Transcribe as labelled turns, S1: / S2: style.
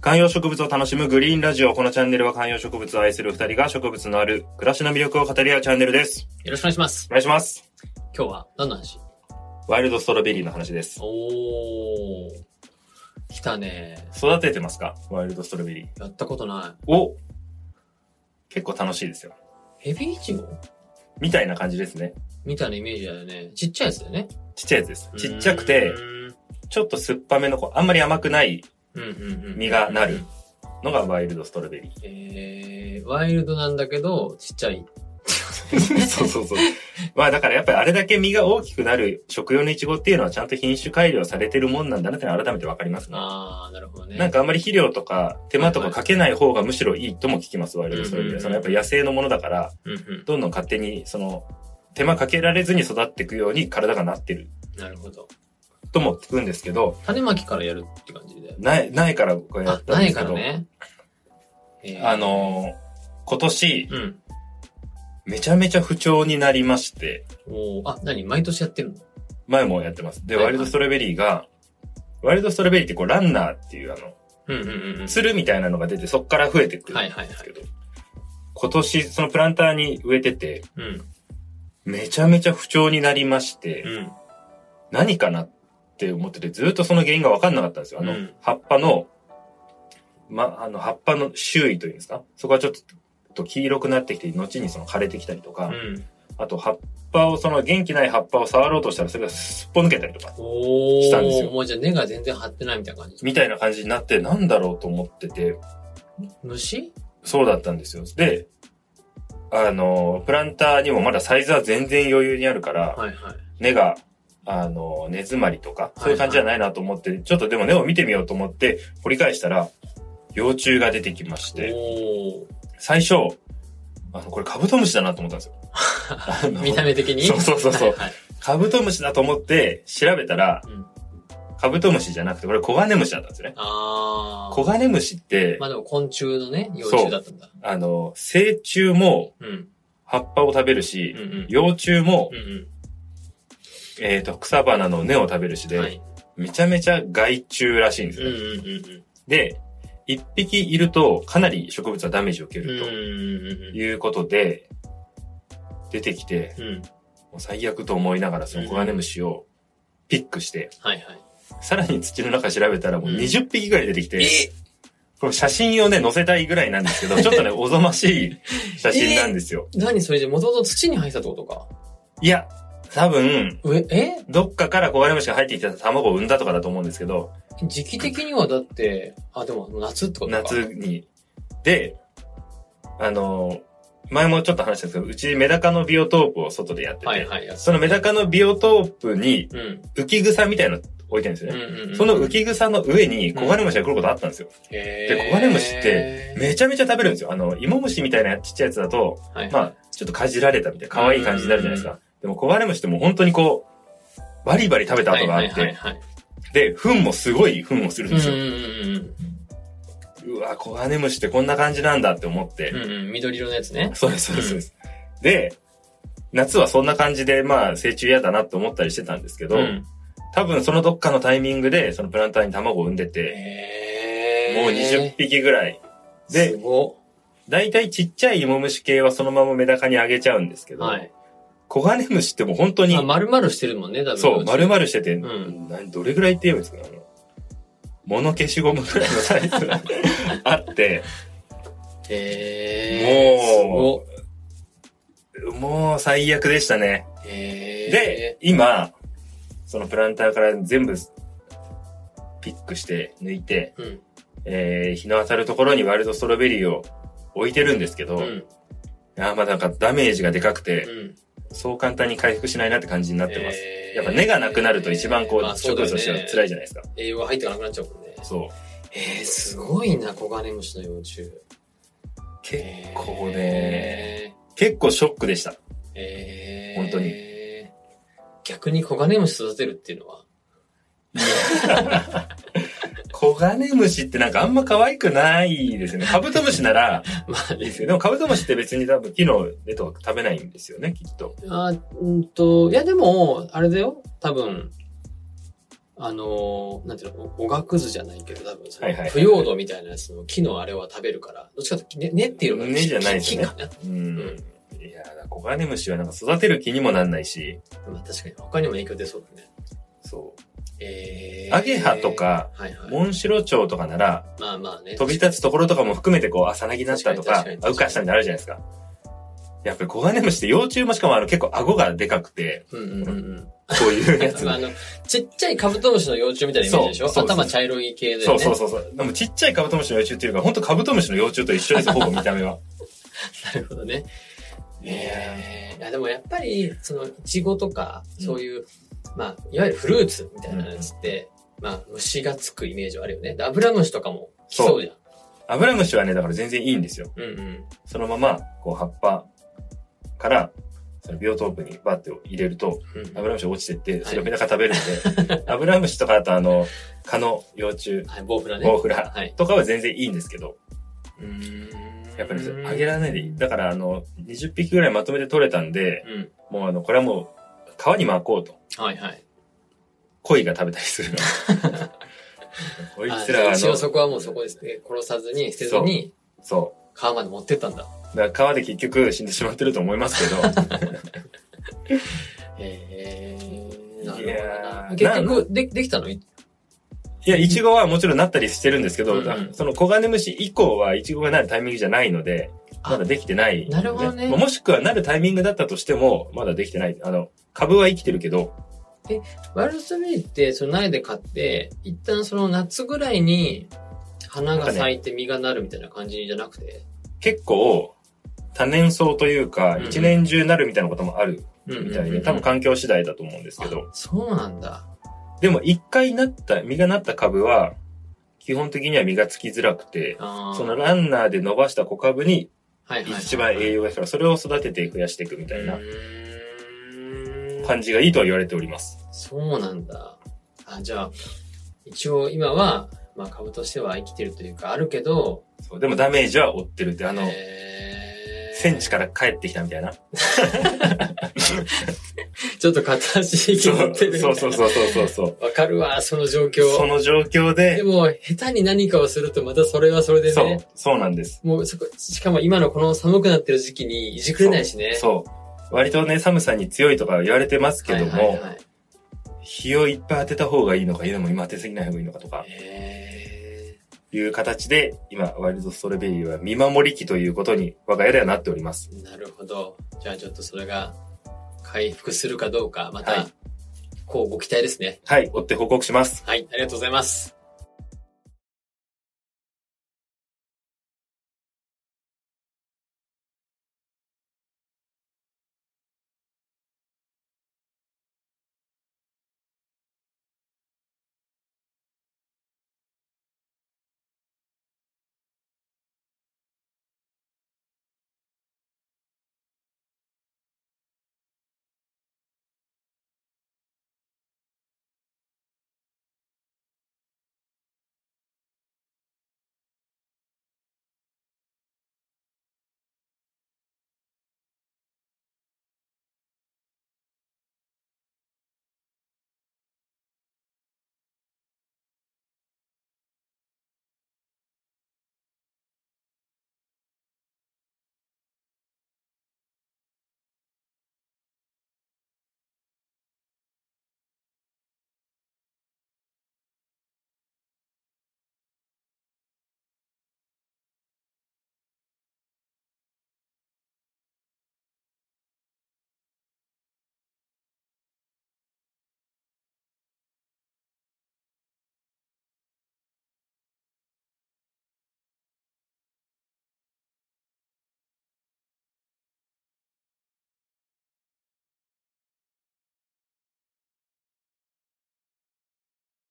S1: 観葉植物を楽しむグリーンラジオ。このチャンネルは観葉植物を愛する二人が植物のある暮らしの魅力を語り合うチャンネルです。
S2: よろしくお願いします
S1: お。願いします。
S2: 今日は何の話
S1: ワイルドストロベリーの話です。
S2: おー。来たね。
S1: 育ててますかワイルドストロベリー。
S2: やったことな
S1: お結構楽しいですよ。
S2: い。ヘビイチゴ
S1: みたいな感じですね。
S2: みたいなイメージだよね。ちっちゃいやつだよね。
S1: ちっちゃいやつです。ちっちゃくて、ちょっと酸っぱめの、こうあんまり甘くない
S2: うん、うんうんうん。
S1: 実がなる。のがワイルドストロベリ
S2: えー、ワイルドなんだけど、ちっちゃい。
S1: ー。 そうそうそう。まあだからやっぱりあれだけ実が大きくなる食用のイチゴっていうのはちゃんと品種改良されてるもんなんだなっていうのは改めてわかりますね。
S2: あー、なるほどね。
S1: なん
S2: か、
S1: かあんまり肥料とか手間とかかけない方がむしろいいとも聞きます、ワイルドストロベリー
S2: うんうんう
S1: は。
S2: ん
S1: そのやっぱ野生のものだから、
S2: うんうん。
S1: どんどん勝手にその手間かけられずに育っていくように体がなってる
S2: なるほど。
S1: とも聞くんですけど、
S2: 種まきからやるって感じだよね。
S1: ない、ないから僕はや
S2: あ
S1: っ、たん
S2: な
S1: で
S2: い
S1: す
S2: か
S1: け
S2: ら
S1: ど、
S2: ね。えー
S1: あ、のー今年
S2: うん。
S1: めちゃめちゃ不調になりまして、
S2: おーあ、何毎年やってるの
S1: 前もやってます。で、
S2: はい
S1: ワイ
S2: はい
S1: ルドストロベリーが、ワイルドストロベリーってこうランナーっていうあの、
S2: うんうんうんうん。
S1: 鶴みたいなのが出てそっから増えてくるん
S2: はいはい
S1: です
S2: は
S1: け
S2: い。
S1: ど、今年そのプランターに植えてて、
S2: うん。
S1: めちゃめちゃ不調になりまして、
S2: うん。
S1: 何かなって思ってて、ずっとその原因が分かんなかったんですよ。あの、
S2: うん
S1: 葉っぱの、ま、あの、葉っぱの周囲というんですかそこはちょっと黄色くなってきて、後にその枯れてきたりとか、
S2: うん。
S1: あと葉っぱを、その元気ない葉っぱを触ろうとしたら、それがすっぽ抜けたりとか、
S2: おー
S1: したんですよ
S2: もうじゃあ根が全然張ってないみたいな感じ。
S1: みたいな感じになって、なんだろうと思ってて、
S2: 虫
S1: そうだったんですよ。で、あの、プランターにもまだサイズは全然余裕にあるから、
S2: はいはい。
S1: 根が、あの、根詰まりとか、
S2: い
S1: そういう感じじゃないなと思って、ちょっとでも根を見てみようと思って、掘り返したら、幼虫が出てきまして、
S2: お
S1: 最初、あの、これカブトムシだなと思ったん ですよ。あ
S2: ー
S1: の
S2: 見た目的に
S1: そうそうそうそう
S2: はい
S1: カブトムシだと思って調べたら、
S2: はいうん、
S1: カブトムシじゃなくて、これコガネムシだったんですよね。
S2: あ
S1: コ
S2: ー。
S1: ガネムシって
S2: ま、あでも昆虫のね、幼虫だったんだ。
S1: あの、成虫も
S2: うん。
S1: 葉っぱを食べる
S2: う
S1: し
S2: ん、うん。
S1: 幼虫も
S2: う、ん
S1: えっと、草花の根を食べるし
S2: うん。は
S1: で、
S2: い。
S1: めちゃめちゃ害虫らしいんです
S2: う
S1: よ
S2: ん
S1: ね
S2: うん。うん
S1: で、一匹いるとかなり植物はダメージを受け
S2: うん。うん
S1: ると
S2: うん
S1: いうことで、出てきて、
S2: うん。うん。
S1: もう最悪と思いながらそのコガネムシをピックして、
S2: はいはい。
S1: さらに土の中調べたらもう
S2: うん
S1: 20匹ぐらい出てきて、
S2: え
S1: この写真をね、載せたいぐらいなんですけど、ちょっと ね、おぞましい写真なんですよ。
S2: 何それじゃ、もともと土に入ってたってことか。
S1: いや、多分、
S2: え、え
S1: どっかからコガネムシが入ってきた卵を産んだとかだと思うんですけど、
S2: 時期的にはだって、あ、でも夏ってことか。。
S1: 夏に。で、あの、前もちょっと話したんですけど、うちメダカのビオトープを外でやってて、
S2: はいはい。
S1: そのメダカのビオトープに
S2: うん。
S1: 浮き草みたいなの置いてるんです
S2: うん
S1: よね。
S2: うんうん。
S1: その浮き草の上にコガネムシが来ることあったんですよ。
S2: へー、
S1: でコガネムシってめちゃめちゃ食べるんですよ。あの、芋虫みたいなちっちゃいやつだと、
S2: はい、
S1: まあ、ちょっとかじられたみたいな可愛い感じになるじゃないですか。でもコガネムシってもう本当にこう、バリバリ食べた跡があっ
S2: はいはい
S1: て、
S2: はいはい
S1: で、糞もすごい糞をするん
S2: うん
S1: ですよ。
S2: うん
S1: うわ、コガネムシってこんな感じなんだって思って、
S2: うんうん。うんうん、緑色のやつね。
S1: そうです、そうですそうです。で、夏はそんな感じで、まあ、成虫嫌だなって思ったりしてたんですけど、
S2: ん。
S1: 多分そのどっかのタイミングで、そのプランターに卵を産んでて、
S2: へー
S1: もう20匹ぐらい。
S2: す
S1: で、
S2: ご
S1: だいたいちっちゃい芋虫系はそのままメダカにあげちゃうんですけ
S2: っ
S1: ど、
S2: はい。
S1: コガネムシってもう本当に
S2: あ、、丸々してるもんね、多分。
S1: そう、丸々してて、
S2: ん
S1: 何どれぐらいって言えばいいんですかねあの物消しゴムぐらいのサイズがあって、
S2: へー
S1: ももう最悪でしたね。
S2: すごっへー
S1: で、、今、そのプランターから全部ピックして抜いて、
S2: うん。
S1: えー、日の当たるところにワイルドストロベリーを置いてるんですけど、
S2: う
S1: い
S2: ん。
S1: やーまあなんかダメージがでかくて、
S2: うん。
S1: そう簡単に回復しないなって感じになってます。
S2: へー
S1: やっぱ根がなくなると一番こう、
S2: まあそ
S1: 植
S2: うだよ
S1: 物
S2: ね
S1: としては辛いじゃないですか。
S2: 栄養が入ってかなくなっちゃうもんね。
S1: そう。
S2: えー、すごいな、コガネムシの幼虫。
S1: 結
S2: へー
S1: 構ね、。結構ショックでした。
S2: えー、
S1: 本当に。
S2: 逆にコガネムシ育てるっていうのは、
S1: コガネムシってなんかあんま可愛くないですよね。カブトムシなら
S2: まあ
S1: いい
S2: ね
S1: ですけど、でもカブトムシって別に多分木の根とか食べないんですよね、きっと。
S2: あ、うんと、いやでも、あれだよ。多分、あのーなんていうの、おおがくずじゃないけど、多分その
S1: はいはいはい
S2: 腐葉土みたいなやつの木のあれは食べるから、どっちかというと、ね、根っていうのが
S1: 根じゃないですね
S2: 木かな。
S1: うん。いやー、コガネムシはなんか育てる気にもなんないし、
S2: まあ確かに、他にも影響出そうだね。
S1: そう。
S2: えー、
S1: アゲハと、か、
S2: はいはい。
S1: モンシロチョウとかなら、
S2: まあまあね。
S1: 飛び立つところとかも含めてこう、あさなぎになったと
S2: 確
S1: か
S2: かに確、か
S1: あ
S2: に
S1: うかしたになるじゃないですか。やっぱりコガネムシって幼虫もしかもあの結構顎がでかくて、
S2: うんうんうんうん。
S1: こういうやつ
S2: まあ、あの、ちっちゃいカブトムシの幼虫みたいなイメージでしょ
S1: そうそうそう
S2: 頭茶色い系だよ
S1: そ
S2: ね。
S1: うそうそうそう。でもちっちゃいカブトムシの幼虫っていうか、ほんとカブトムシの幼虫と一緒 です、ほぼ見た目は。
S2: なるほどね。
S1: ね
S2: えーいやでもやっぱり、その、イチゴとか、
S1: うん
S2: そういう、まあ、いわゆるフルーツみたいなやつって、まあ、虫がつくイメージはあるよね。で油虫とかも来そうじゃん。
S1: アブラムシはね、だから全然いいんですよ。
S2: うんうん。
S1: そのまま、こう葉っぱから、そのビオトープにバッて入れると、
S2: うん
S1: アブラムシ落ちてって、それをメダカ食べるんで、 アブラムシとかあとあの、蚊の幼虫、
S2: はい、ボウフラね。
S1: ボウフラ
S2: はい。
S1: とかは全然いいんですけど、
S2: うーん
S1: やっぱりあげられないでいい。だからあの、20匹ぐらいまとめて取れたんで、
S2: うん。
S1: もうあの、これはもう、川に巻こうと。
S2: はいはい。
S1: 鯉が食べたりするの。 こい
S2: あ
S1: つらはあ
S2: 一応
S1: の、
S2: そこはもうそこですね。殺さずに、捨てずに、
S1: そう。
S2: 川まで持ってったんだ。
S1: だから川で結局死んでしまってると思いますけど、
S2: へえ。なる
S1: いやー
S2: ほどな。結局、で、できたのい
S1: いや、イチゴはもちろんなったりしてるんですけど、
S2: うんうん
S1: そのコガネムシ以降はイチゴがなるタイミングじゃないので、
S2: あ
S1: まだできてない、
S2: なるほどね
S1: まあもしくはなるタイミングだったとしても、まだできてない。あの、株は生きてるけど、
S2: ワイルドスベリーって、その苗で買って、一旦その夏ぐらいに、花が咲いて実がなるみたいな感じじゃなくて。
S1: 結構、多年草というか
S2: う、んうん
S1: 一年中なるみたいなこともある
S2: うん
S1: みたいで、多分環境次第だと思うんですけど
S2: あ、そうなんだ。
S1: でも一回なった、実がなった株は、基本的には実がつきづらくて、
S2: あー
S1: そのランナーで伸ばした小株に
S2: はいはいはい
S1: 一番栄養がから、それを育てて増やしていくみたいな
S2: うーん
S1: 感じがいいとは言われております。
S2: そうなんだ。あ、じゃあ、一応今は、まあ株としては生きてるというか、あるけど、
S1: そうでもダメージは負ってるって、あの、
S2: えー
S1: 戦地から帰ってきたみたいな。
S2: ちょっと片足引き
S1: そ
S2: 持っ
S1: う
S2: てるみたい
S1: そ
S2: な。
S1: うそうそうそうそう。
S2: わかるわ、その状況。
S1: その状況
S2: で
S1: で、
S2: も、下手に何かをするとまたそれはそれで
S1: そ
S2: ね
S1: う。、そうなんです。
S2: もうそこ、しかも今のこの寒くなってる時期にいじくれないしね。
S1: そう。割とね、寒さに強いとか言われてますけども、
S2: はいはいはい
S1: 日をいっぱい当てた方がいいのか、いやでも今当てすぎない方がいいのかとか、
S2: へ
S1: いう形で、今、ワイルドストロベリーは見守り期ということに、我が家ではなっております。
S2: ーなるほど。じゃあちょっとそれが回復するかどうか、ま
S1: は
S2: た
S1: い、
S2: こうご期待ですね。
S1: はい、追って報告します。
S2: はい、ありがとうございます。